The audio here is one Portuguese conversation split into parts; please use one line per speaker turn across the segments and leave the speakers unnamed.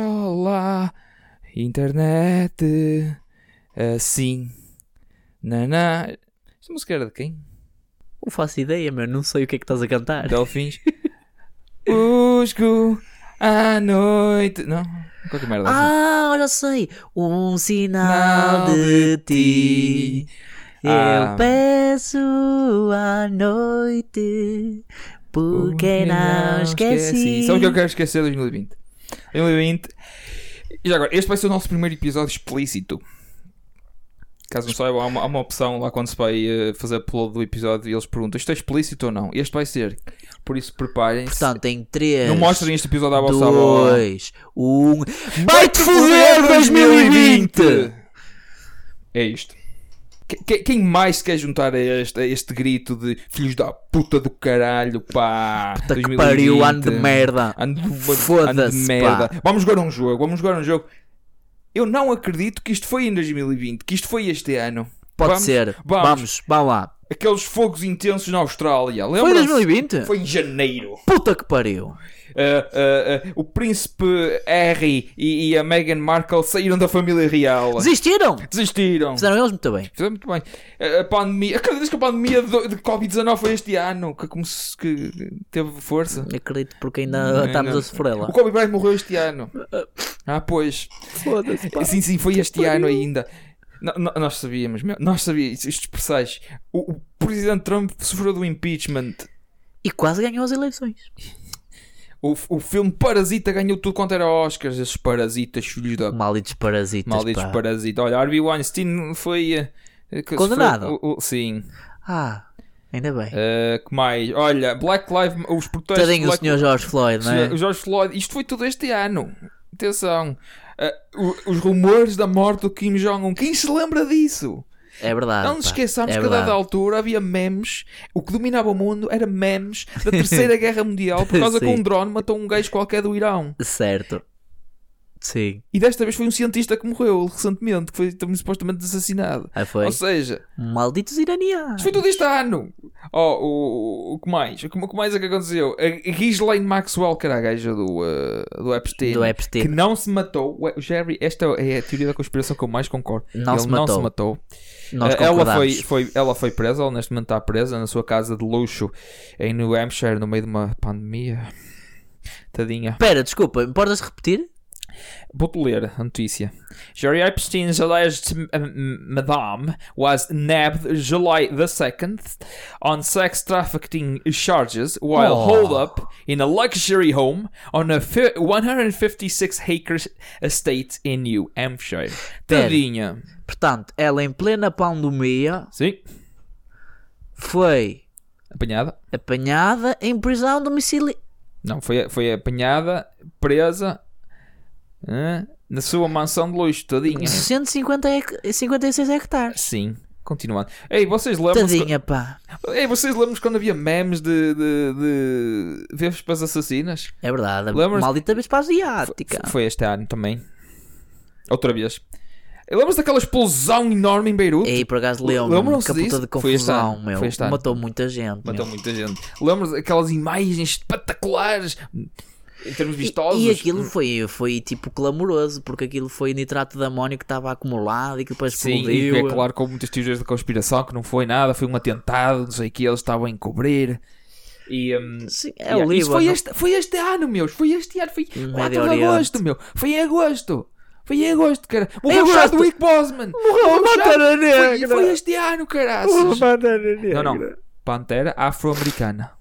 Olá, internet. Assim. Naná. Esta música era de quem?
Não faço ideia, meu. Não sei o que é que estás a cantar.
Delfins. Busco à noite. Não? Qualquer merda. assim.
Ah, já sei. Um sinal de ti.
Ah.
Eu peço à noite. Porque não esqueci.
Sabe o que eu quero esquecer de 2020? 2020. E já agora, este vai ser o nosso primeiro episódio explícito. Caso não saibam, há uma, há uma opção lá quando se vai eh, fazer upload do episódio e eles perguntam isto é explícito ou não. Este vai ser. Por isso, preparem-se.
Portanto, é em 3,
Não mostrem este episódio à vossa avó.
2, 1. Vai-te um. foder 2020!
É isto. Que- que- Quem mais se quer juntar a este, a este grito de filhos da puta do caralho, pá?
Puta que pariu, ano de
2020.
merda.
Ando, ando de
Foda-se,
merda.
pá.
Vamos jogar um jogo, vamos jogar um jogo. Eu não acredito que isto foi em 2020, que isto foi este ano.
Pode
Vamos-
ser.
vamos.
Vamos, vá lá.
Aqueles fogos intensos na Austrália,
Foi
lembra-se?
2020?
Foi em janeiro.
Puta que pariu.
Ah, ah, ah, o príncipe Harry e, e a Meghan Markle saíram da família real.
Desistiram?
Desistiram.
Fizeram eles muito bem.
Fizeram muito bem. A- A pandemia. Acreditas que a pandemia do- de Covid-19 foi este ano que, como se- que teve força?
Acredito porque ainda estamos
Ainda-
a sofrer lá.
O Kobe Bryant morreu este ano. Ah, pois.
Foda-se, pá.
Sim, sim, foi este ano ainda. No- no- nós sabíamos, meu, nós sabíamos. Estes processos. O, o presidente Trump sofreu do impeachment.
E quase ganhou as eleições.
O, o filme Parasita ganhou tudo quanto era Oscars. Esses parasitas, filhos da
Malditos parasitas.
malditos
Hum, pá.
parasitas. Olha, Harvey Weinstein foi. eh, que sofreu-
Condenado.
o- o- sim.
Ah, ainda bem.
Uh, que mais? Olha, Black Lives os protestos.
Tadinho o
Black...
senhor George Floyd, não é?
O George Floyd, isto foi tudo este ano. Atenção. Uh, o- os rumores da morte do Kim Jong-un. Quem se lembra disso?
É verdade.
Não nos
pá.
esqueçamos
é
que a
verdade.
dada altura havia memes. O que dominava o mundo era memes da Terceira Guerra Mundial por causa que
Sim.
um drone matou um gajo qualquer do Irão.
Certo. Sim.
E desta vez foi um cientista que morreu recentemente, que foi também supostamente assassinado.
Ah, foi.
Ou seja,
Malditos iranianos.
Isto foi tudo este ano. Oh, o, o, o que mais? O que, o que mais é que aconteceu? A Ghislaine Maxwell, que era a gaja do, eh, do, Epstein,
Do
que
Epstein.
não se matou. Ué, o Jerry, esta é a teoria da conspiração que eu mais concordo.
Não
Ele
se
não
matou.
se matou.
Nós
Eh, ela,
concordamos.
foi, foi, ela foi presa, ela neste momento está presa na sua casa de luxo em New Hampshire, no meio de uma pandemia. Tadinha.
Espera, desculpa, importas repetir?
Vou-te ler a notícia. Jerry Epstein's alleged m- m- madame was nabbed July the 2nd on sex trafficking charges while
Oh.
holed up in a luxury home on a fi- 156 acre estate in New Hampshire.
Pera.
Tadinha.
Portanto, ela em plena pandemia
Sim,
foi
apanhada.
apanhada em prisão domiciliária.
Não, foi, foi apanhada, presa, hã, na sua mansão de luxo, tadinha.
150 hec- 56 hectares.
Sim, continuando. Ei, vocês lembram-se
Tadinha, pá.
Ei, vocês lembram-se quando havia memes de, de, de vespas assassinas?
É verdade.
Lembras-
Maldita vespa asiática.
Foi este ano também. Outra vez. Lembras daquela explosão enorme em Beirute?
E por acaso lembro-me
Lembram-se
que a puta
disso?
de
Foi este
confusão,
ano,
meu.
foi este ano.
Matou muita gente.
Matou
meu.
muita gente. Lembras daquelas imagens espetaculares em termos
E-
vistosos?
E, aquilo foi, foi tipo clamoroso, porque aquilo foi nitrato de amónio que estava acumulado e que depois
Sim, e
explodiu.
é claro que houve muitas teorias de conspiração que não foi nada, foi um atentado, não sei o que, eles estavam a encobrir. E, hum,
Sim, é
Yeah,
o
Isso
Líbano.
foi este, foi este ano, meus. Foi este ano. Foi 4 de
Oriente.
agosto, meu. Foi em agosto. Foi em agosto, cara.
Em
Morreu o Chadwick
agosto.
Wick Bosman. Morreu
a Pantera
Foi,
Negra.
foi este ano, caraças. Não, não. Pantera afro-americana.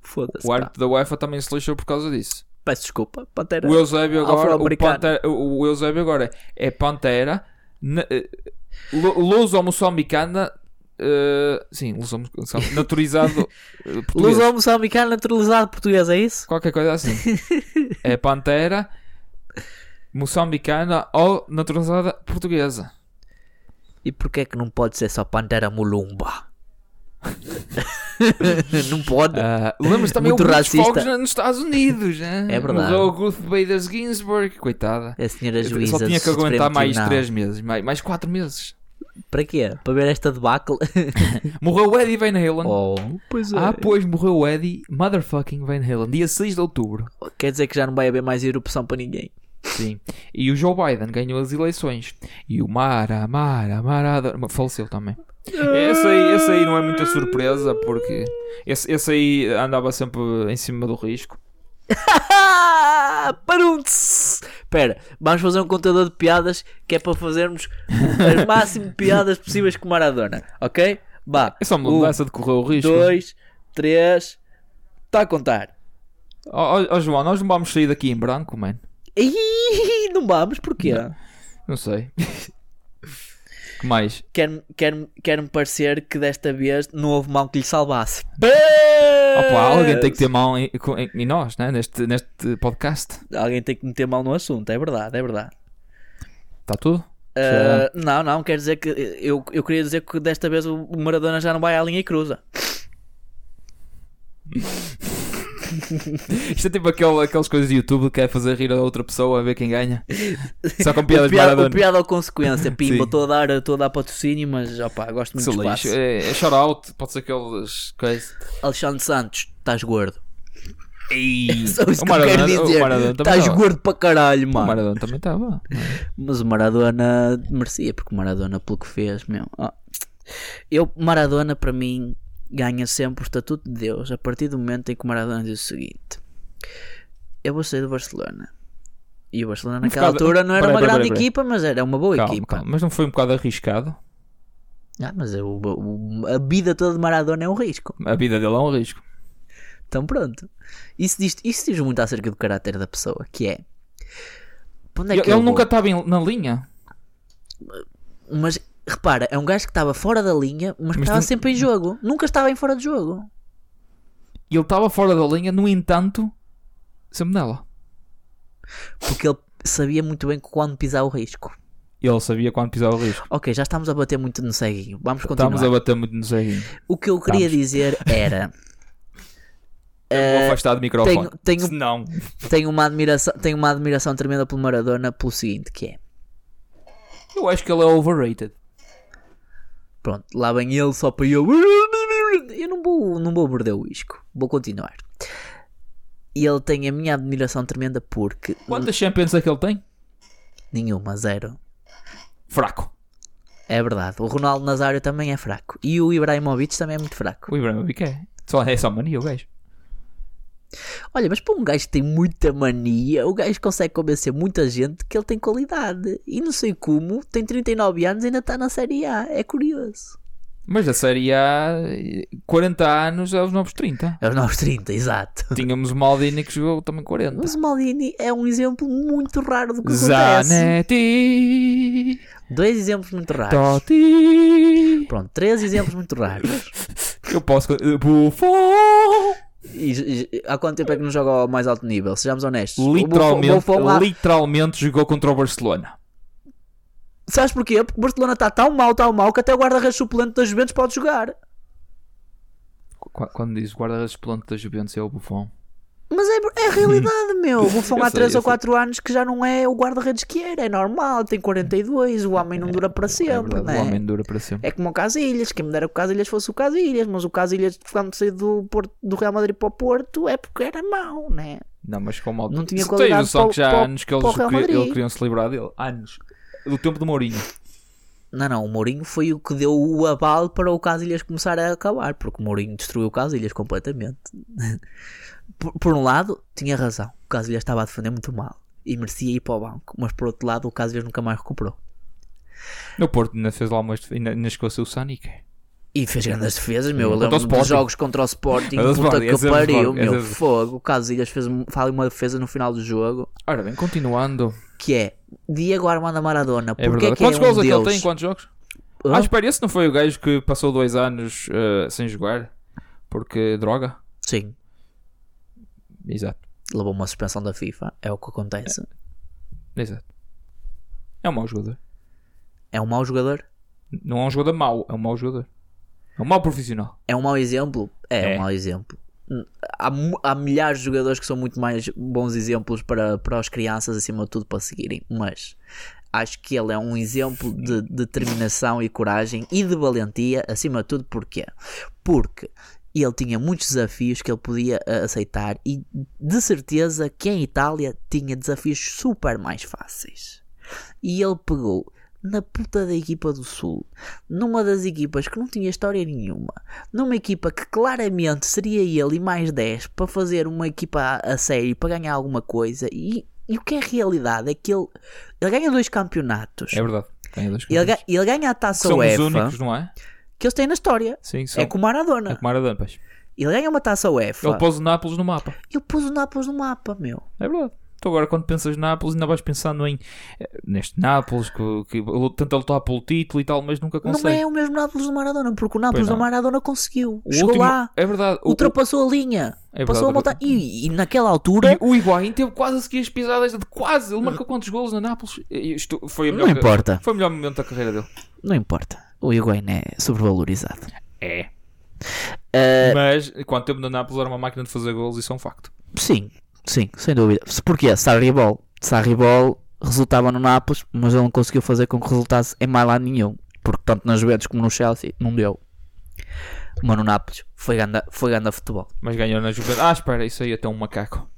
Foda-se.
O
pá.
árbitro da UEFA também se lixou por causa disso.
Peço desculpa, Pantera.
O Eusébio agora. O,
Afro-americana.
Pantera, o o Eusébio agora é Pantera. na- eh, lu- Luso-moçambicana. eh, sim, luso-moçambicana. Naturizado. eh, português.
Lusão moçambicana naturalizado português, é isso?
Qualquer coisa assim. é pantera moçambicana ou naturalizada portuguesa.
E porquê é que não pode ser só Pantera Mulumba? não pode.
Ah, lembras também
É. Muito
o Bruce
racista.
Fogos nos Estados Unidos, né?
É verdade.
Usou o Ruth Bader Ginsburg, coitada.
A senhora
Eu Só
juíza
tinha que
do Supremo
aguentar mais
Tribunal.
três meses, mais, mais 4 meses.
Para quê? Para ver esta debacle?
Morreu o Eddie Van Halen.
Oh, pois é.
Ah, pois morreu o Eddie Motherfucking Van Halen, dia 6 de outubro.
Quer dizer que já não vai haver mais erupção para ninguém.
Sim. E o Joe Biden ganhou as eleições. E o Mara, Mara, Mara. Faleceu também. Esse aí, esse aí não é muita surpresa, porque esse, esse aí andava sempre em cima do risco.
Paruntes! Espera, vamos fazer um contador de piadas que é para fazermos as máximas piadas possíveis com Maradona, ok? Vá, Um,
É só uma mudança de correr o risco.
dois, três, está a contar.
Ó ó, ó, João, nós não vamos sair daqui em branco, mano.
Ih, não vamos, porquê?
Não sei. que mais?
Quer-me quer quer parecer que desta vez não houve mão que lhe salvasse.
Opa, alguém tem que ter mão em, com- em- em nós, né? neste, neste podcast.
Alguém tem que meter mão no assunto, é verdade, é verdade.
Está Tá tudo?
Ah, não, não, quer dizer que eu, eu queria dizer que desta vez o o Maradona já não vai à linha e cruza.
Isto é tipo aquele, aquelas coisas do YouTube que é fazer rir a outra pessoa a ver quem ganha. Só com piadas
O
de
piada, o
Maradona.
piada ou consequência, pimba,
Sim.
estou a dar, estou a dar patrocínio, mas opá, gosto muito
Se
do
lixo.
espaço.
É, é shout-out, pode ser aqueles coisas.
Alexandre Santos, estás gordo.
Ei,
Só isso
o
que eu quero
Maradona- O Maradona
dizer. Tá
também
Estás
estava.
gordo para caralho,
O
mano.
Maradona também estava.
Mas o Maradona merecia, porque o Maradona, pelo que fez, meu. ó. Eu, Maradona, para mim, ganha sempre o estatuto de Deus a partir do momento em que o Maradona diz o seguinte: Eu vou sair do Barcelona. E o Barcelona, naquela
bocado-
altura, não era
peraí,
uma
peraí,
grande
peraí,
equipa, mas era uma boa
Calma,
equipa.
calma. Mas não foi um bocado arriscado?
Ah, mas é o- o- a vida toda de Maradona é um risco.
A vida dele é um risco.
Então pronto. Isso diz, isso diz muito acerca do caráter da pessoa, que é. "Para Onde é
Ele-
que
ele
eu
nunca
vou?"
estava em- na linha.
Mas repara, é um gajo que estava fora da linha, mas
Mas
que estava
não-
sempre em jogo. Nunca estava em fora de jogo.
Ele estava fora da linha, no entanto, sempre nela.
Porque ele sabia muito bem quando pisar o risco.
Ele sabia quando pisava o risco.
Ok, já estamos a bater muito no ceguinho. Vamos continuar.
Estávamos a bater muito no ceguinho.
O que eu queria dizer era.
Vou afastar do microfone.
Eh, tenho- tenho-
Senão,
tenho, uma admiração, tenho uma admiração tremenda pelo Maradona pelo seguinte, que é.
eu acho que ele é overrated.
Pronto, lá vem ele só para eu. Eu não vou, não vou morder o isco. Vou continuar. E ele tem a minha admiração tremenda porque.
Quantas Champions é que ele tem?
Nenhuma, zero.
Fraco.
É verdade. O Ronaldo Nazário também é fraco. E o Ibrahimovic também é muito fraco.
O Ibrahimovic é. Só, é só mania o gajo.
Olha, mas para um gajo que tem muita mania, o gajo consegue convencer muita gente que ele tem qualidade. E não sei como, tem 39 anos e ainda está na Série A. É curioso.
Mas a série A, 40 anos aos novos 30.
É os 930, exato.
Tínhamos o Maldini que jogou também 40.
Mas o Maldini é um exemplo muito raro do que acontece.
né? Zanetti,
Dois exemplos muito raros.
Totti,
Pronto, três exemplos muito raros.
eu posso. eh, Buffon,
E, e- há quanto tempo é que não joga ao mais alto nível? Sejamos honestos. O
literalmente,
Buffon- o Buffon lá-
literalmente jogou contra o Barcelona.
Sabes porquê? Porque o Barcelona está tão mal, tão mal, que até o guarda-redes suplente das Juventus pode jogar.
Qu- Quando diz guarda-redes plante da Juventus é o Buffon.
Mas é, é a realidade, meu. O Buffon
Eu
há
sei,
3
eu
ou 4 anos que já não é o guarda-redes que era. É normal, tem 42. O homem não dura para
É
sempre,
verdade,
né?
o homem dura para sempre.
É como o Casilhas. Quem me dera que o Casilhas fosse o Casilhas. Mas o Casilhas, quando saiu do, Porto- do Real Madrid para o Porto, é porque era mau, né?
Não, mas com o Maldini.
Não tinha
Tu tens
qualidade
noção
para o-
que já
para
há
o-
anos que eles,
para o Real
que-
Madrid.
eles queriam se livrar dele. Anos. Do tempo de Mourinho.
Não, não. O Mourinho foi o que deu o abalo para o Casilhas começar a acabar. Porque o Mourinho destruiu o Casilhas completamente. por, por um lado, tinha razão. O Casilhas estava a defender muito mal. E merecia ir para o banco. Mas por outro lado, o Casilhas nunca mais recuperou.
No Porto ainda fez lá umas. ainda, ainda chegou a ser o Sonic.
E fez grandes defesas, meu. Eu
Contra o
lembro dos
Sporting.
jogos contra o Sporting.
Contra o
Puta
Sporting,
que
esse é o
pariu,
Sporting, esse
meu.
é o-
Fogo. O Casilhas fez um- faz uma defesa no final do jogo.
Ora bem, continuando.
Que é Diego Armando Maradona.
É
Porque é
verdade.
que
Quantos
é um
gols é que ele
deus?
tem? Quantos jogos?
Hã?
Ah, espera, esse não foi o gajo que passou dois anos eh, sem jogar porque droga?
Sim.
Exato,
Levou uma suspensão da FIFA. É o que acontece.
exato. É um mau jogador.
É um mau jogador?
Não é um jogador mau, é um mau jogador. É um mau profissional.
É um mau exemplo? É,
É.
um mau exemplo. Há, mu- há milhares de jogadores que são muito mais bons exemplos para, para as crianças, acima de tudo, para seguirem. Mas Acho que ele é um exemplo de determinação e coragem e de valentia, acima de tudo, porquê? Porque ele tinha muitos desafios que ele podia ah, aceitar e de certeza que em Itália tinha desafios super mais fáceis. E ele pegou na puta da equipa do Sul, numa das equipas que não tinha história nenhuma, numa equipa que claramente seria ele e mais 10 para fazer uma equipa a, a sério, para ganhar alguma coisa. E, e o que é realidade é que ele, ele ganha dois campeonatos.
É verdade. Ganha dois
ele, ga-
campeonatos.
ele ganha a taça
São os
UEFA
únicos, não é?
que eles têm na história.
Sim, são.
É com o Maradona.
É com o Maradona, pois.
Ele ganha uma taça UEFA.
Ele pôs o Nápoles no mapa.
Ele pôs o Nápoles no mapa, meu.
É verdade. Então agora quando pensas em Nápoles ainda vais pensando em eh, neste Nápoles que, que lu- tenta lutar pelo título e tal, mas nunca
Não
consegue.
é o mesmo Nápoles do Maradona, porque o Nápoles
Pois não.
do Maradona conseguiu.
O
Chegou
último-
lá,
É verdade. O, o,
ultrapassou a linha,
É
passou a
verdade,
montar. E, e naquela altura.
e o Higuaín teve quase a seguir as pisadas de quase. Ele marcou quantos golos na Nápoles? Isto foi, a
Não
é melhor,
importa,
foi o melhor momento da carreira dele.
não importa. O Higuaín é sobrevalorizado.
É.
É.
Mas quanto tempo na Nápoles era uma máquina de fazer golos, isso é um facto.
Sim, sim, sem dúvida. Se- Porquê? Sarribol. Sarribol resultava no Nápoles, mas ele não conseguiu fazer com que resultasse em mais lado nenhum. Porque tanto nas Juventus como no Chelsea, não deu. Mas no Nápoles foi ganda, foi ganda futebol.
Mas ganhou na Juventus. Ah, espera, isso aí é até um macaco.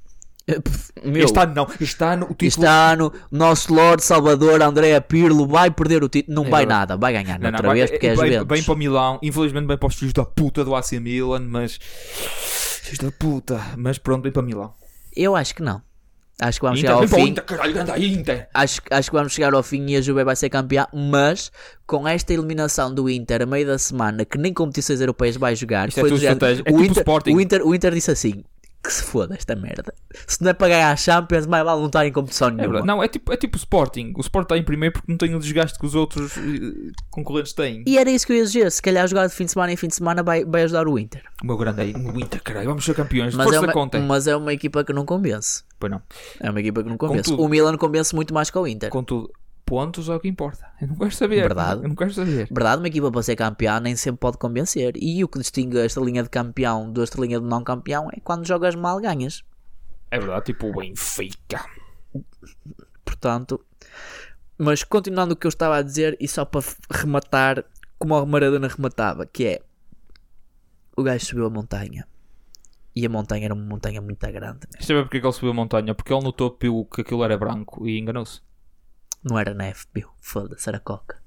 Eh, pff, Meu,
Este ano não. Este ano o título
Este ano, nosso Lord Salvador André Pirlo vai perder o título. Não
É
vai
verdade.
nada, vai ganhar
Não, não,
outra
vai-
vez porque é
bem,
Juventus.
bem para Milão, infelizmente bem para os filhos da puta do AC Milan, mas filhos da puta, mas pronto, bem para Milão.
Eu acho que não. Acho que vamos
Inter,
chegar ao
bem para o
fim.
Inter, caralho, anda Inter.
Acho, acho que vamos chegar ao fim e a Juve vai ser campeã. Mas com esta eliminação do Inter a meio da semana, que nem competições europeias vai jogar,
Isto é
foi do
tudo
género-
estratégia. É
o,
tipo
Inter,
Sporting.
o, Inter, o Inter disse assim: que se foda esta merda. Se não é para ganhar a Champions, mais vale não estar em competição
É
nenhuma.
verdade. Não, é tipo, é tipo o Sporting. O Sporting está em primeiro porque não tem o desgaste que os outros eh, concorrentes têm.
e era isso que eu ia dizer. Se calhar jogar de fim de semana em fim de semana vai, vai ajudar o Inter.
O meu grande aí, o Inter, caralho, vamos ser campeões.
Mas é,
Força
uma,
conta.
mas é uma equipa que não convence.
Pois não.
É uma equipa que não convence.
Contudo-
O Milan convence muito mais que o Inter.
Contudo, pontos é o que importa. Eu não quero saber.
Verdade.
Eu não quero saber.
Verdade, uma equipa para ser campeã nem sempre pode convencer. E o que distingue esta linha de campeão da outra linha de não campeão é quando jogas mal ganhas.
É verdade, tipo o Benfica.
Portanto, mas continuando o que eu estava a dizer e só para f- rematar como o Maradona rematava, que é o gajo subiu a montanha. E a montanha era uma montanha muito grande. né?
Isto é bem porque é que ele subiu a montanha, porque ele no topo viu que aquilo era branco e enganou-se.
Não era neve, meu. Foda-se, era coca.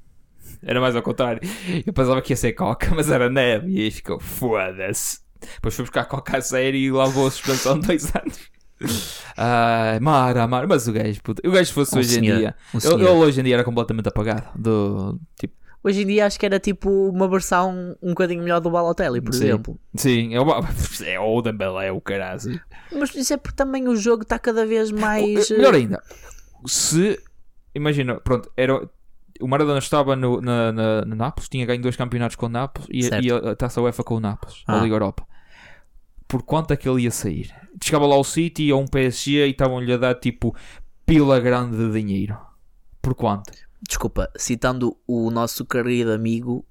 Era mais ao contrário. Eu pensava que ia ser coca, mas era neve. E aí ficou, foda-se. Depois foi buscar coca a sério e lavou a suspensão de dois anos. Ai, Mara, Mara, mas o gajo, puto, o gajo fosse
Um
hoje
senhor,
em dia.
um
ele,
senhor.
ele hoje em dia era completamente apagado. Do, tipo,
Hoje em dia acho que era tipo uma versão um bocadinho melhor do Balotelli, por
Sim.
exemplo.
sim, é o, é o Dembélé, o caralho.
Mas isso é porque também o jogo está cada vez mais.
Eh, Melhor ainda, se imagina, pronto, era o Maradona estava no, na, na, na Nápoles, tinha ganho dois campeonatos com o Nápoles e, a-
Certo.
e a, a taça UEFA com o Nápoles, a
Ah.
Liga Europa. Por quanto é que ele ia sair? Chegava lá ao City ou um PSG e estavam-lhe a dar tipo pila grande de dinheiro. Por quanto?
Desculpa, citando o nosso querido amigo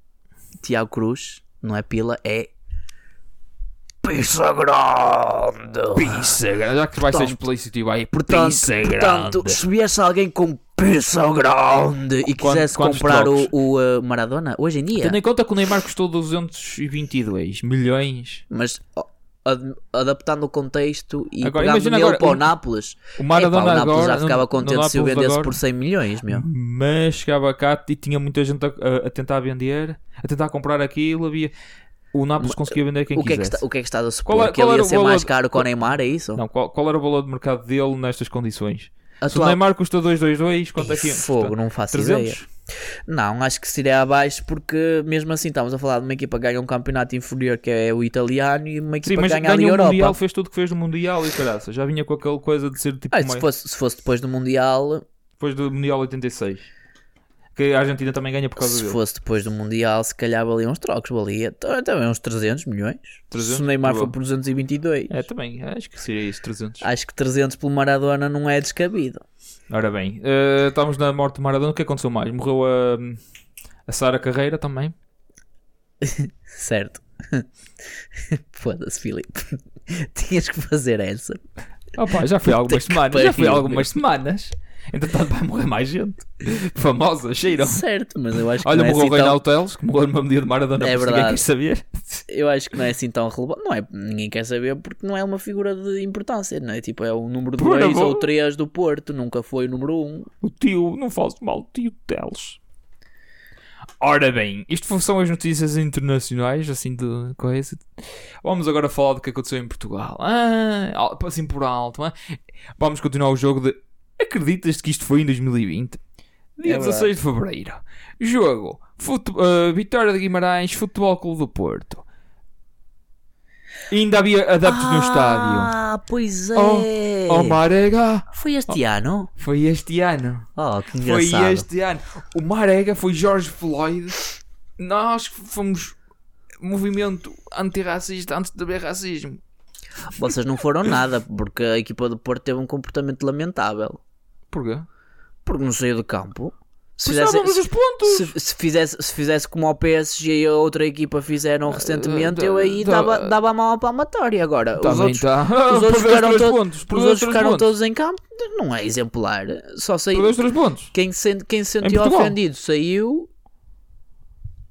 Tiago Cruz, não é pila, é. Pizza grande!
Pizza grande. Já que vai ser
Portanto-
explícito e vai.
Portanto,
pizza grande.
portanto se viesse alguém com pizza grande e
Quant-
quisesse
quantos
comprar o,
trocos?
o, uh, Maradona, hoje em dia.
Tendo em conta que o Neymar custou 222 milhões.
Mas ó, ad- adaptando o contexto e
Agora,
pegando
imagina
nele
agora,
para o
o-
Nápoles,
O
epá, o
Maradona
Nápoles
agora.
já ficava
no- no
contente se o
Nápoles
vendesse
agora-
por 100 milhões, meu.
Mas chegava cá e tinha muita gente a, a tentar vender, a tentar comprar aquilo. Havia... O Nápoles conseguia vender quem
O que, é que
quisesse.
está, o que é que estás a supor?
Qual é-
que
qual
ele
era
ia
o
ser
valor-
mais caro que o Neymar, é isso?
Não, qual, qual era o valor de mercado dele nestas condições? Se o
Atual...
Neymar custa 222, quanto é que
Ih, Fogo, não faço ideia.
300?
Não, acho que se irá abaixo porque mesmo assim estamos a falar de uma equipa que ganha um campeonato inferior que é o italiano e uma
Sim,
equipa
mas
que ganha Tipo,
ganhou
a Liga
o
Europa.
Mundial, fez tudo o que fez no Mundial e caraças. Já vinha com aquela coisa de ser tipo
Ah,
uma-
se, fosse, se fosse depois do Mundial,
depois do Mundial 86. Que a Argentina também ganha por causa
se
dele.
fosse depois do Mundial, se calhar valia uns trocos, valia t- também uns 300 milhões.
300,
se o Neymar for
provável.
por 222,
É, também, acho que seria isso, 300.
acho que 300 pelo Maradona não é descabido.
Ora bem, eh, estávamos na morte de Maradona, o que aconteceu mais? Morreu a, a Sara Carreira também.
Certo. Foda-se, Filipe. Tinhas que fazer essa.
Opa, já foi há algumas
que
semanas. Já foi há
pariu,
algumas semanas. Entretanto, vai morrer mais gente. Famosa, cheira.
Certo, mas eu acho que
Olha,
não é
morreu
assim
o Reinaldo
tão...
Teles, que morreu numa medida de Maradona,
É
por isso ninguém
verdade.
quer saber.
Eu acho que não é assim tão relevante. Não é, ninguém quer saber porque não é uma figura de importância, não é? Tipo, é o número
Por
2
amor.
ou 3 do Porto, nunca foi o número 1. Um.
O tio, não faz mal, o tio Teles. Ora bem, isto são as notícias internacionais, assim de coisa. Vamos agora falar do que aconteceu em Portugal. Ah, al- assim por alto. ah. Vamos continuar o jogo de. Acreditas que isto foi em 2020? Dia
É
16 de fevereiro. Jogo: Fute- ah, Vitória de Guimarães, Futebol Clube do Porto. E ainda havia adeptos no estádio.
Ah, pois é.
Oh Marega!
Foi este ano?
Foi este ano.
Oh, que
Foi
engraçado.
este ano. O Marega foi George Floyd. Nós fomos movimento antirracista antes de haver racismo.
Vocês não foram nada, porque a equipa do Porto teve um comportamento lamentável.
Porquê?
Porque não saiu do campo. Se
Precisávamos dos
se,
pontos.
se- se fizesse, se fizesse como o PSG e a outra equipa fizeram
Ah,
recentemente,
da-
eu aí
da-
dava, dava a mão à palmatória. Agora, os
ah, Também
outros,
está.
os outros ficaram todos-
pontos.
os
Perdeu
outros
três
ficaram
pontos.
todos em campo, não é exemplar. Só
Perdeu
saiu.
os três pontos.
Quem se, quem se sentiu
Portugal.
ofendido saiu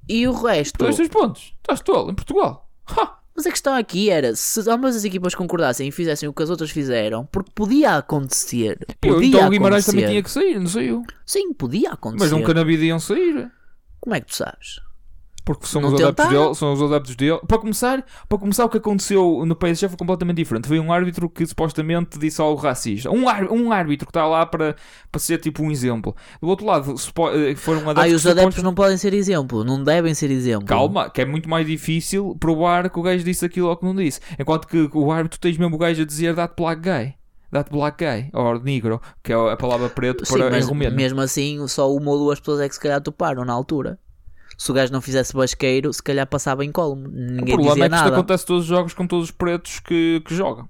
e o resto.
Perdeu os três pontos. Estás tolo, em Portugal. Ha!
Mas a questão aqui era se ambas as equipas concordassem e fizessem o que as outras fizeram, porque podia acontecer. Podia
Eu, então o
acontecer.
Guimarães também tinha que sair, não saiu.
Sim, podia acontecer.
Mas nunca na vida iam sair.
Como é que tu sabes?
Porque são
Não
os, adeptos
tentaram?
dele, são os adeptos dele. Para começar, para começar, o que aconteceu no PSG foi completamente diferente. Foi um árbitro que supostamente disse algo racista. Um, ár- um árbitro que está lá para, para ser tipo um exemplo. Do outro lado, supo- eh, foram adeptos.
Ah, e
que
os
supostamente-
adeptos não podem ser exemplo, não devem ser exemplo.
Calma, que é muito mais difícil provar que o gajo disse aquilo ou que não disse. Enquanto que o árbitro tens mesmo o gajo a dizer dá-te black guy. Dá-te black guy. Ou negro, que é a palavra preto
Sim,
para em
mas
romeno.
mesmo assim, só uma ou duas pessoas é que se calhar toparam na altura. Se o gajo não fizesse basqueiro, se calhar passava em colmo.
O
Ninguém
problema
dizia
é que isto
nada.
acontece todos os jogos com todos os pretos que, que jogam.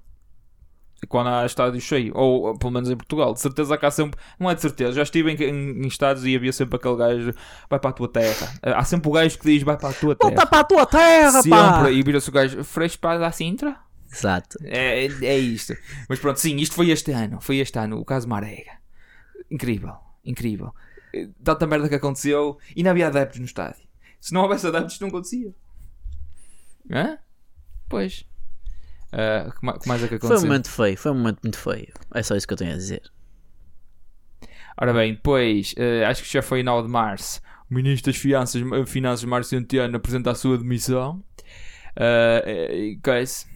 E Quando há estádio cheio, ou ou, pelo menos em Portugal, de certeza que há sempre, não é de certeza, já estive em, em, em estádios e havia sempre aquele gajo vai para a tua terra. Há sempre o gajo que diz vai para a tua terra.
Volta para a tua terra,
é um
pá!
sempre, e vira-se o gajo fresco para a Sintra.
Exato.
É, é, é isto. Mas pronto, sim, isto foi este ano. Foi este ano, o caso Marega. Incrível, incrível. Eh, Tanta merda que aconteceu e não havia adeptos no estádio. Se não houvesse adeptos, isto não acontecia. Hã? Pois. Ah, o que ma- o que mais é que
Foi
aconteceu?
um momento feio, foi um momento muito feio. É só isso que eu tenho a dizer.
Ora bem, depois, eh, acho que já foi em 9 de março, o Ministro das Finanças, eh, Finanças Mário Centeno, apresenta a sua demissão. Ah, eh, e coisa.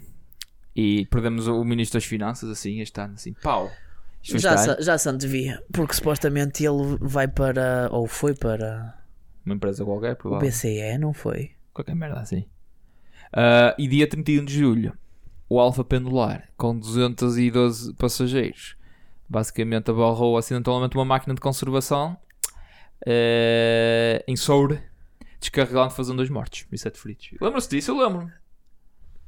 e perdemos o Ministro das Finanças, assim, este ano, assim, pau. Isto foi
Já,
este ano.
se- já se antevia, porque supostamente ele vai para, ou foi para
uma empresa qualquer,
o
provavelmente.
BCE, não foi?
Qualquer merda assim. Ah, e dia 31 de julho, o Alfa Pendular, com 212 passageiros, basicamente abarrou acidentalmente uma máquina de conservação eh, em Soure, descarregando, fazendo dois mortos e sete feridos. Lembram-se disso? Eu lembro-me.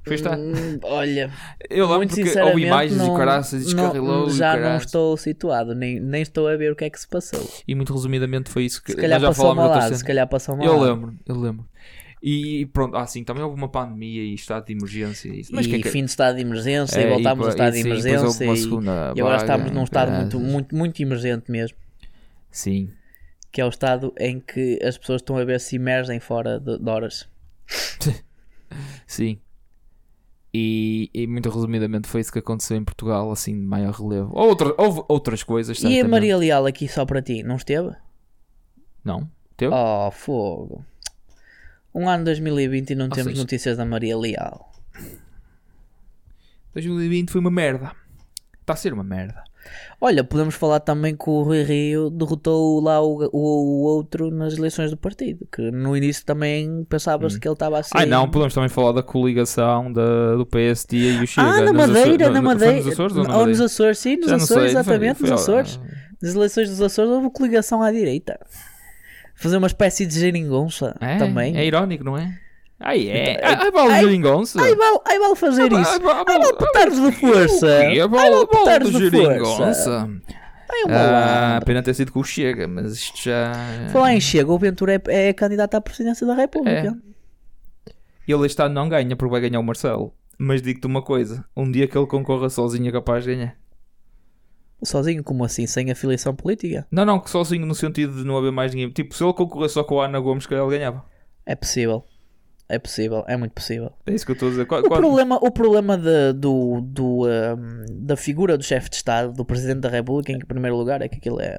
Foi esta-
Hum, olha,
Eu lembro
muito
tá. porque houve
sinceramente,
imagens
não,
e caraças e descarrilou
não,
e
já não
caraças.
estou situado, nem, nem estou a ver o que é que se passou.
E muito resumidamente foi isso que
Se calhar
nós já
passou
falámos
mal
outra
lá,
cena.
se calhar passou mal.
Eu lembro, eu lembro. E pronto, ah, sim, também houve uma pandemia e estado de emergência. e isso, Mas
e
que é que-
fim do estado de emergência, e
É,
voltámos ao
e
estado de
sim, depois houve
emergência.
uma
E,
segunda
e agora
vaga, é.
estamos num estado muito,
caraças.
muito, muito emergente mesmo.
Sim.
Que é o estado em que as pessoas estão a ver se emergem fora de, de horas.
Sim. E, e muito resumidamente foi isso que aconteceu em Portugal, assim, de maior relevo. Outra, houve outras coisas,
E a
certamente.
Maria Leal aqui só para ti, não esteve?
Não? Teu?
Oh, fogo. Um ano 2020 e não temos
seja-
notícias da Maria Leal.
2020 foi uma merda. Está a ser uma merda.
Olha, podemos falar também que o Rui Rio derrotou lá o, o- o outro nas eleições do partido. Que no início também pensavas que ele estava assim.
Hum. Ai não, podemos também falar da coligação da, do PST e o Chega.
Ah, na
nos Açores-
Madeira,
no-
na
no-
Madeira.
Foi nos Açores ou na
ou nos
Madeira?
Açores, sim, nos
Já não
Açores,
sei, foi-
exatamente,
foi
nos
ao-
Açores. Nas eleições dos Açores houve coligação à direita. Fazer uma espécie de geringonça
É,
também.
É irónico, não é? Ai é.
Então,
Ai, vale
ai-
o geringonça.
Ai, vale, ai, vale fazer
Ah,
É isso.
vá- vá-
Ai, vale petardos de força.
É,
Ai,
vale,
vale petardos
vale
de
do
força.
geringonça.
Ai, um
Ah,
malandro.
pena ter sido com o Chega, mas isto já.
Falar em Chega, o Ventura é, é candidato à presidência da República.
Ele este ano não ganha porque vai ganhar o Marcelo. Mas digo-te uma coisa: um dia que ele concorra sozinho é capaz de ganhar.
Sozinho, como assim? Sem afiliação política?
Não, não, que sozinho no sentido de não haver mais ninguém. Tipo, se ele concorresse só com a Ana Gomes, que ele ganhava.
É possível. É possível, é muito possível.
É isso que eu estou a dizer. Qua-
O
quando-
problema, o problema de- do, do, ahm, da figura do chefe de Estado, do Presidente da República, em primeiro lugar, é que aquilo é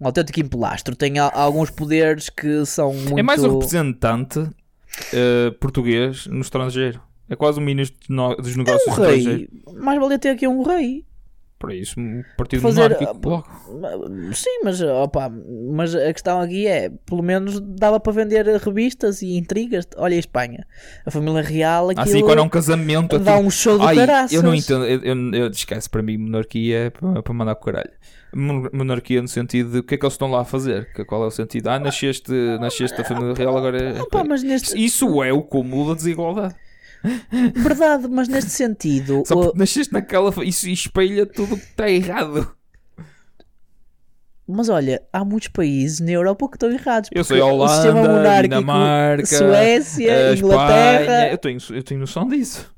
um autêntico emplastro. Tem a- alguns poderes que são muito.
É mais um representante eh, português no estrangeiro. É quase um ministro de no- dos negócios
um
do estrangeiro.
rei. Mais valia ter aqui um rei.
Para isso, um partido
Fazer,
monárquico.
ah,
bloco.
Sim, mas, opa, mas a questão aqui é: pelo menos dava para vender revistas e intrigas. Olha a Espanha. A família real aquilo
Assim, quando é um casamento.
dá
aquilo-
um show de
Ai,
caraças.
eu não entendo. Eu, eu, eu esquece para mim, monarquia é para para mandar com o caralho. Mon- Monarquia no sentido de o que é que eles estão lá a fazer? Que- Qual é o sentido? Ah, nasceste, nasceste da família real, agora é.
Opa, mas neste,
Isso é o cúmulo da desigualdade.
verdade, mas neste sentido,
Só
o-
porque nasceste naquela. fa- Isso espelha tudo o que está errado.
Mas olha, há muitos países na Europa que estão errados.
Eu
porque
sei, a
o sistema
Holanda,
monárquico,
Dinamarca,
Suécia,
a Espanha.
Inglaterra.
Eu tenho, eu tenho noção disso.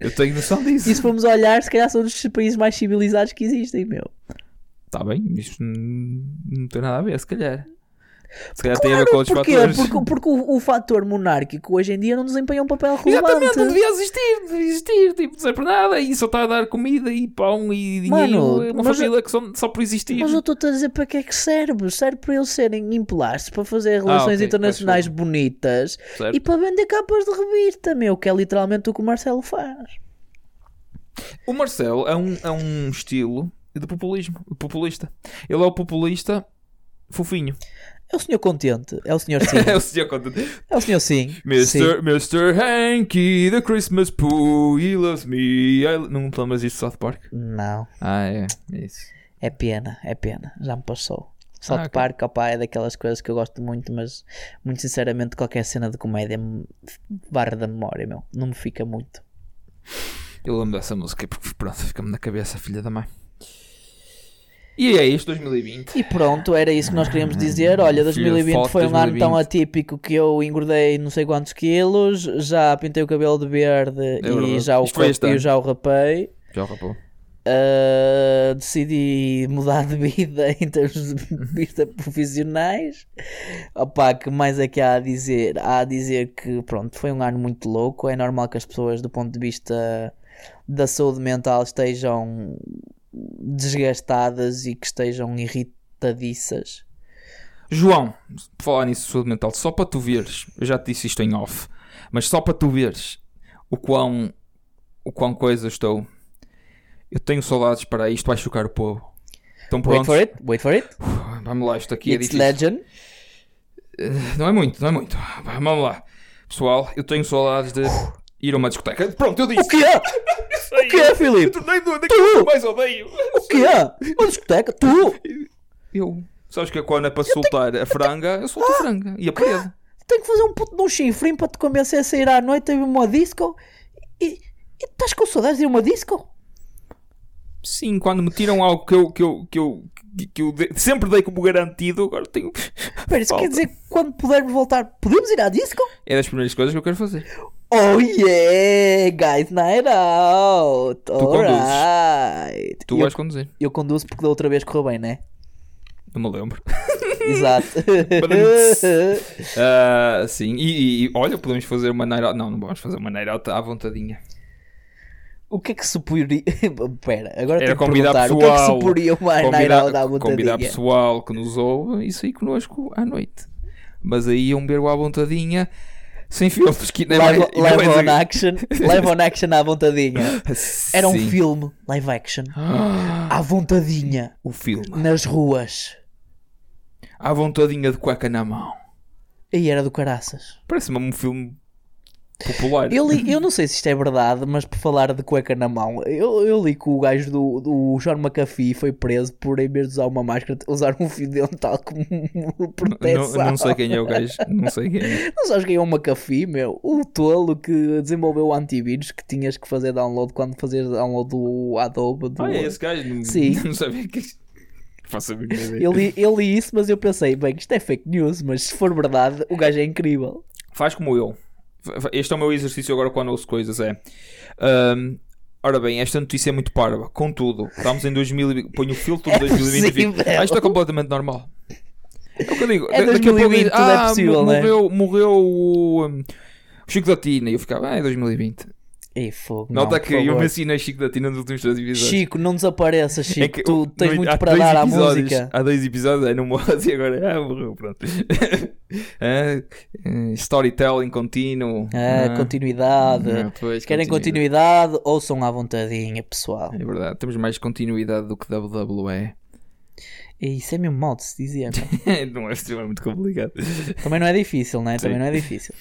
Eu tenho noção disso.
E se formos olhar, se calhar são dos países mais civilizados que existem, meu.
Está Tá bem, isto hum, não tem nada a ver, se calhar. Se calhar tem a ver com outros
Porquê?
fatores.
Porque, porque o, o fator monárquico hoje em dia não desempenha um papel
Exatamente, não
relevante.
devia existir, não devia existir, tipo, não serve para nada, e só está a dar comida e pão e dinheiro,
Mano,
é uma
mas-
família que só, só por existir.
Mas eu estou-te a dizer para que é que serve. Serve para eles serem emplastros, para fazer relações
Ah, ok,
internacionais
peço
bonitas
certo?
e para vender capas de revista, meu, que é literalmente o que o Marcelo faz.
O Marcelo é um, é um estilo de populismo, populista. Ele é o populista fofinho.
É o senhor contente, é o senhor sim.
É o senhor quando-
É o senhor sim. sim.
Mr. Mr. Hanky, the Christmas poo, he loves me. I... Não te lembras disso de South Park?
Não,
Ah, é, é isso.
é pena, é pena, já me passou. South
Ah, ok.
Park, opá, é daquelas coisas que eu gosto muito, mas muito sinceramente qualquer cena de comédia me barra da memória, meu, não me fica muito.
Eu lembro dessa música porque pronto, fica-me na cabeça, filha da mãe. E é isto, 2020.
E pronto, era isso que nós queríamos dizer. Olha,
Filho,
2020
foco
foi um ano
2020.
tão atípico que eu engordei não sei quantos quilos, já pintei o cabelo de verde e
É verdade.
já o,
Isto foi este
e
ano.
já o rapei.
Já rapou.
Uh, decidi mudar de vida em termos de vista profissionais. Opa, que mais é que há a dizer? Há a dizer que pronto, foi um ano muito louco. É normal que as pessoas, do ponto de vista da saúde mental, estejam desgastadas e que estejam irritadiças.
João, por falar nisso de saúde mental, só para tu veres, eu já te disse isto em off, mas só para tu veres o quão, o quão coisa estou. Eu tenho saudades para isto, vai chocar o povo. Estão
Wait
prontos?
for it, wait for it.
Vamos lá, isto aqui é
It's
difícil.
legend.
Não é muito, não é muito. Vamos lá. Pessoal, eu tenho saudades de ir a uma discoteca. Pronto, eu disse.
O que é? O que é,
Eu
Filipe?
tornei do- daquilo que eu mais odeio.
O que é? Uma discoteca? Tu?
Eu. Sabes que quando é para soltar a franga, eu solto a franga e a parede.
tenho que fazer um puto de um chifrinho para te convencer a sair à noite a ir a uma disco e, e estás com saudades de ir a uma disco?
Sim, quando me tiram algo que eu, que eu, que eu, que eu de- sempre dei como garantido, agora tenho.
Espera, isso
Falta.
quer dizer que quando pudermos voltar, podemos ir à disco?
É das primeiras coisas que eu quero fazer.
Oh yeah, guys night out,
conduzes.
alright.
Tu
eu,
vais conduzir.
eu conduzo porque da outra vez correu bem, né?
Não me lembro.
Exato.
Ah, sim, e, e- e olha, podemos fazer uma night out. Não, não vamos fazer uma night out à vontadinha.
o que é que suporia... Espera, agora
Era
tenho que
convidar
perguntar.
pessoal.
o que é que suporia uma night out à
convidar
vontadinha?
pessoal que nos ouve e sair connosco à noite. Mas aí iam beber o à vontadinha sem filtros. Que nem
Live,
vai- nem
live
vai-
on action, live on action à vontadinha. Era um
Sim.
filme live action
Ah,
à vontadinha
o filme.
nas ruas.
À vontadinha de cueca na mão.
E era do caraças.
Parece-me um filme popular.
Eu, li- eu não sei se isto é verdade, mas por falar de cueca na mão, eu, eu li que o gajo do, do John McAfee foi preso por, em vez de usar uma máscara, usar um fio dental como
não,
proteção.
não sei quem é o gajo. Não sei quem é.
Não sabes quem é o McAfee, meu? O tolo que desenvolveu o antivírus que tinhas que fazer download quando fazias download do Adobe. Do...
Ah, é esse gajo? Não,
Sim.
não sabia que. Faço a mínima ideia.
eu, li, eu li isso, mas eu pensei, bem, isto é fake news, mas se for verdade, o gajo é incrível.
Faz como eu. Este é o meu exercício agora quando ouço coisas: é. ahm, Ora bem, esta notícia é muito parva. Contudo, estamos em 2000. e- Ponho o filtro de
É
2020.
possível.
Ah, isto é completamente normal. É o que eu digo.
É
Da- daqui a pouco
2020,
diz,
tudo é
ah,
possível,
mo-
né?
morreu, morreu o um, Chico da Tina. E eu ficava, ah, é 2020.
Ei, fogo.
Nota
não,
que
por favor.
eu mencionei Chico da Tina nos últimos dois episódios.
Chico, não desapareças, Chico.
É que
Tipo, tu
o-
tens
no-
muito
há
para
dois
dar à
episódios-
música.
Há dois episódios, é não morres e agora ah, morreu, pronto. Ah, eh, storytelling contínuo.
Ah, continuidade.
Ah, pois,
Se querem continuidade, ouçam à vontadinha, pessoal.
É verdade, temos mais continuidade do que WWE.
E isso é mesmo mal de se dizer. meu.
não é, isso é muito complicado.
Também não é difícil, né? Também
Sim.
não é difícil.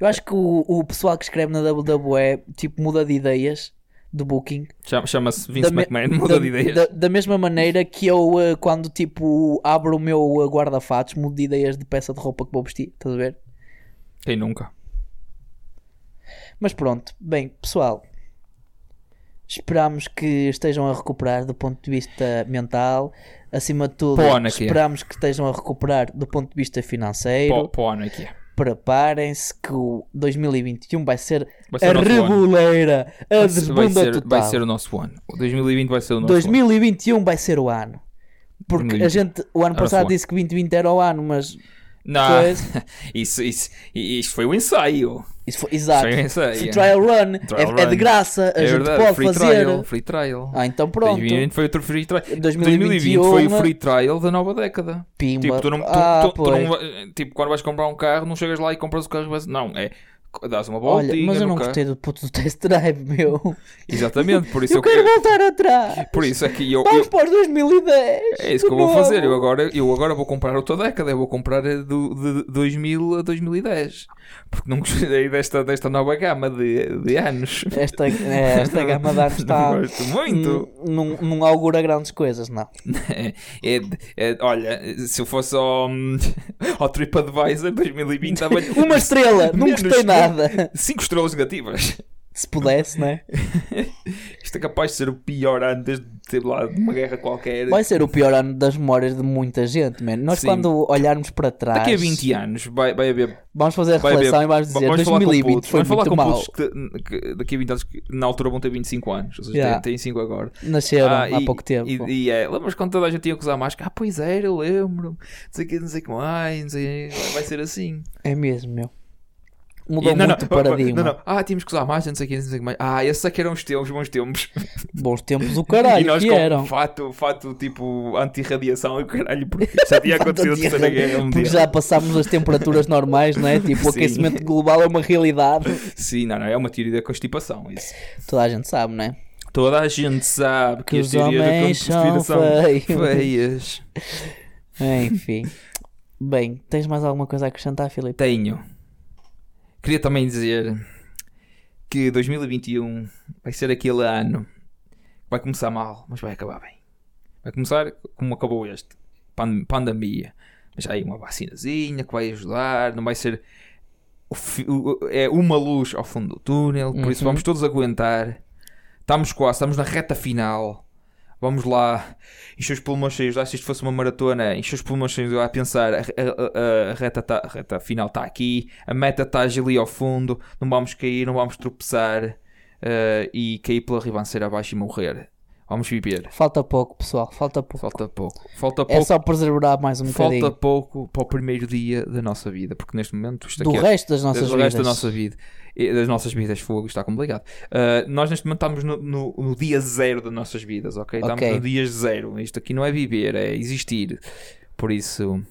Eu acho que o, o pessoal que escreve na WWE, tipo, muda de ideias do booking.
Chama- Chama-se Vince
me-
McMahon, muda
da,
de ideias.
Da, da mesma maneira que eu, eh, quando, tipo, abro o meu eh, guarda-fatos, mudo de ideias de peça de roupa que vou vestir, estás a ver?
Quem nunca?
Mas pronto, bem, pessoal, esperamos que estejam a recuperar do ponto de vista mental. Acima de tudo,
Pô, Anakin.
esperamos que estejam a recuperar do ponto de vista financeiro.
Pô, pô, ano aqui.
Preparem-se que o 2021 vai ser,
Vai ser
a
o nosso ano.
reboleira, a
Vai
desbunda
ser,
total.
vai ser o nosso ano. O 2020 vai ser o nosso ano.
2021 vai ser o ano. Porque a
2021.
gente, o ano
Era o
passado
ano.
disse que 2020 era o ano, mas
Não,
Pois.
isso, isso, isso foi um ensaio.
isso foi exato.
Isso é isso aí,
Foi
é.
trial run, é-
Trial
é, de
run.
graça, a
é
gente
verdade,
pode
free
fazer.
trial. Free trial.
Ah, então pronto.
2020 foi outro free trial.
2021
foi o free trial da nova década.
Pimba.
Tipo, tu não, tu,
né? Ah,
tu- tu
pois.
não vai- tipo, quando vais comprar um carro, não chegas lá e compras o carro. e vais- Não, é. Dás uma volta
Olha, mas eu não gostei do puto do test drive, meu.
Exatamente, por isso
eu
eu, que-
quero voltar atrás.
Por isso é que eu.
Vamos
eu-
para os 2010.
é isso
de
que eu vou
novo.
fazer. Eu agora, eu agora vou comprar outra década. Eu vou comprar a do, de 2000 a 2010. Porque não gostei desta, desta nova gama de, de anos.
Esta, é, esta gama de anos está. Hum.
Não gosto muito.
N- Não, não augura grandes coisas, não.
É- é- é- olha, se eu fosse ao, ao TripAdvisor 2020, estava
Uma estrela, não
Menos
gostei
que-
nada.
5 estrelas negativas.
Se pudesse, né?
Isto é capaz de ser o pior ano desde, sei lá, de uma guerra qualquer.
Vai ser o pior ano das memórias de muita gente, man. Nós,
Sim.
quando olharmos para trás,
Daqui a 20 anos vai, vai haver
vamos fazer a
Vai haver-
reflexão e vamos dizer:
vamos falar com
2020
putos,
foi
vamos falar
muito
com
mal.
putos que, que daqui a 20 anos que na altura vão ter 25 anos, ou seja,
Yeah.
têm, têm 5 agora.
Nasceram
Ah,
há pouco tempo.
E, e é, lembras quando toda a gente tinha que usar máscara? Ah, pois era, eu lembro. Não sei o que, não sei o que mais, não sei, vai ser assim.
É mesmo, meu.
E-
Mudou muito o paradigma.
não, não. Ah, tínhamos que usar máscara, não sei o que, não sei o que mais. Ah, esses é que eram os tempos, bons tempos.
Bons tempos do
e
caralho
nós
que
com
É, eram.
fato, fato tipo anti-radiação e o caralho, porque já tinha acontecido a é terceira guerra
Porque
mundial.
já passámos as temperaturas normais, não é? Tipo, o
Sim.
aquecimento global é uma realidade.
Sim, não, não, é uma teoria da constipação. Isso.
Toda a gente sabe, não é?
Toda a gente sabe que,
Que
as
os
teorias da
homens são
conspiração
feios.
feias.
é? Enfim. Bem, tens mais alguma coisa a acrescentar, Filipe?
Tenho. Queria também dizer que 2021 vai ser aquele ano que vai começar mal, mas vai acabar bem. Vai começar como acabou este pan- pandemia. Mas há aí uma vacinazinha que vai ajudar, não vai ser o fi- o- o- é uma luz ao fundo do túnel, por isso
Uhum.
vamos todos aguentar. Estamos quase, estamos na reta final. Vamos lá, encher os pulmões cheios de ar. Se isto fosse uma maratona, encher os pulmões cheios de ar, pensar a, a- a- a reta, tá- a reta final está aqui, a meta está ali ao fundo, não vamos cair, não vamos tropeçar eh, e cair pela ribanceira abaixo e morrer. Vamos viver.
Falta pouco, pessoal. Falta pouco.
Falta pouco. Falta
É
pouco.
só preservar mais um
Falta
bocadinho
pouco para o primeiro dia da nossa vida, porque neste momento isto
do
aqui é
resto das nossas
do
vidas.
resto da nossa vida. E Das nossas vidas, fogo, está complicado. Uh, nós neste momento estamos no, no- no dia zero das nossas vidas, ok? Estamos
Ok.
no dia zero. Isto aqui não é viver, é existir. Por isso,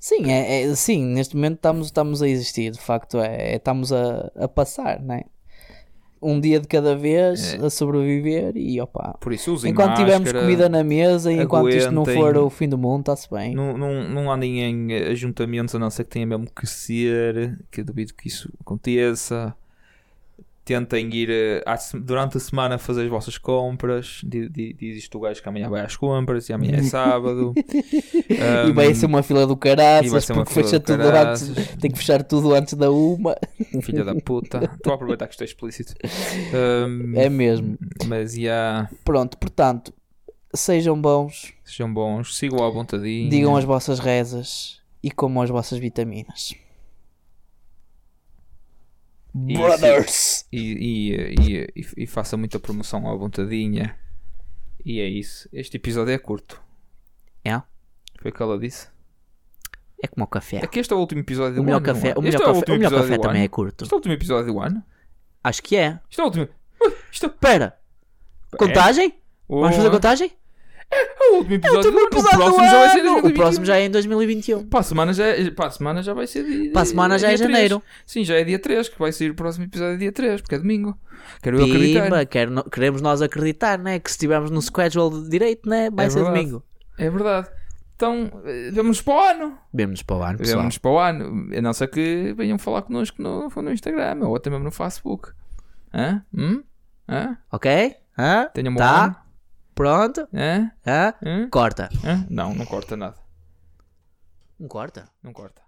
Sim, é, é- sim, neste momento estamos, estamos a existir, de facto, é, é- estamos a, a passar, não é? Um dia de cada vez a sobreviver e opa.
por isso É. usem
Enquanto
máscara,
tivermos comida na mesa e enquanto isto não
aguentem.
for o fim do mundo, está-se bem.
Não, não, não andem em eh, ajuntamentos a não ser que tenha mesmo que ser, que eu duvido que isso aconteça. Tentem ir eh, à se- durante a semana fazer as vossas compras. Di- di- Diz isto o gajo que amanhã vai às compras e amanhã é sábado.
E vai
um,
ser uma fila do caraças,
uma
porque
fila
fecha
do
tudo
caraças.
antes. Tem que fechar tudo antes da uma.
Filha Um da puta. Estou a aproveitar que isto é explícito. Ahm,
É mesmo.
Mas já
Pronto, portanto, sejam bons,
sejam bons, sigam à vontadinha.
digam as vossas rezas e comam as vossas vitaminas. Brothers!
e, e, e, e, e faça muita promoção à vontadinha. E é isso. Este episódio é curto.
É?
Foi o que ela disse.
É como o café.
É que este é o último episódio do
O melhor
ano. não
café,
é?
o melhor
Este é o
café,
último
o melhor
episódio
café
do
também
ano.
é curto.
Este é o último episódio do ano.
Acho que é.
Isto é o último. Ui, Isto é...
Pera! Contagem? Vamos fazer
Oh,
contagem?
É o último episódio do
Último
ano. O
episódio do
próximo já vai ser
ano!
em
O próximo
2021.
já é em 2021.
Para a semana já, é- para a semana já vai ser. di-
Para a semana já é
dia três.
janeiro.
Sim, já é dia 3, que vai sair o próximo episódio dia 3, porque é domingo. Quero eu acreditar.
Pimba, quero no- queremos nós acreditar, né? Que se estivermos no schedule de direito, né? Vai
É
ser
verdade.
domingo.
É verdade. Então, eh, vemo-nos para o ano.
Vemo-nos para o ano, pessoal.
Vemo-nos para o ano. A não ser que venham falar connosco no, no Instagram ou até mesmo no Facebook. Hã? Hum? Hã?
Ok? Hã?
Tenham um bom
Tá.
ano?
Pronto?
Hã?
Hã?
Hã?
Corta.
Hã? Não, não corta nada.
Não corta?
Não corta.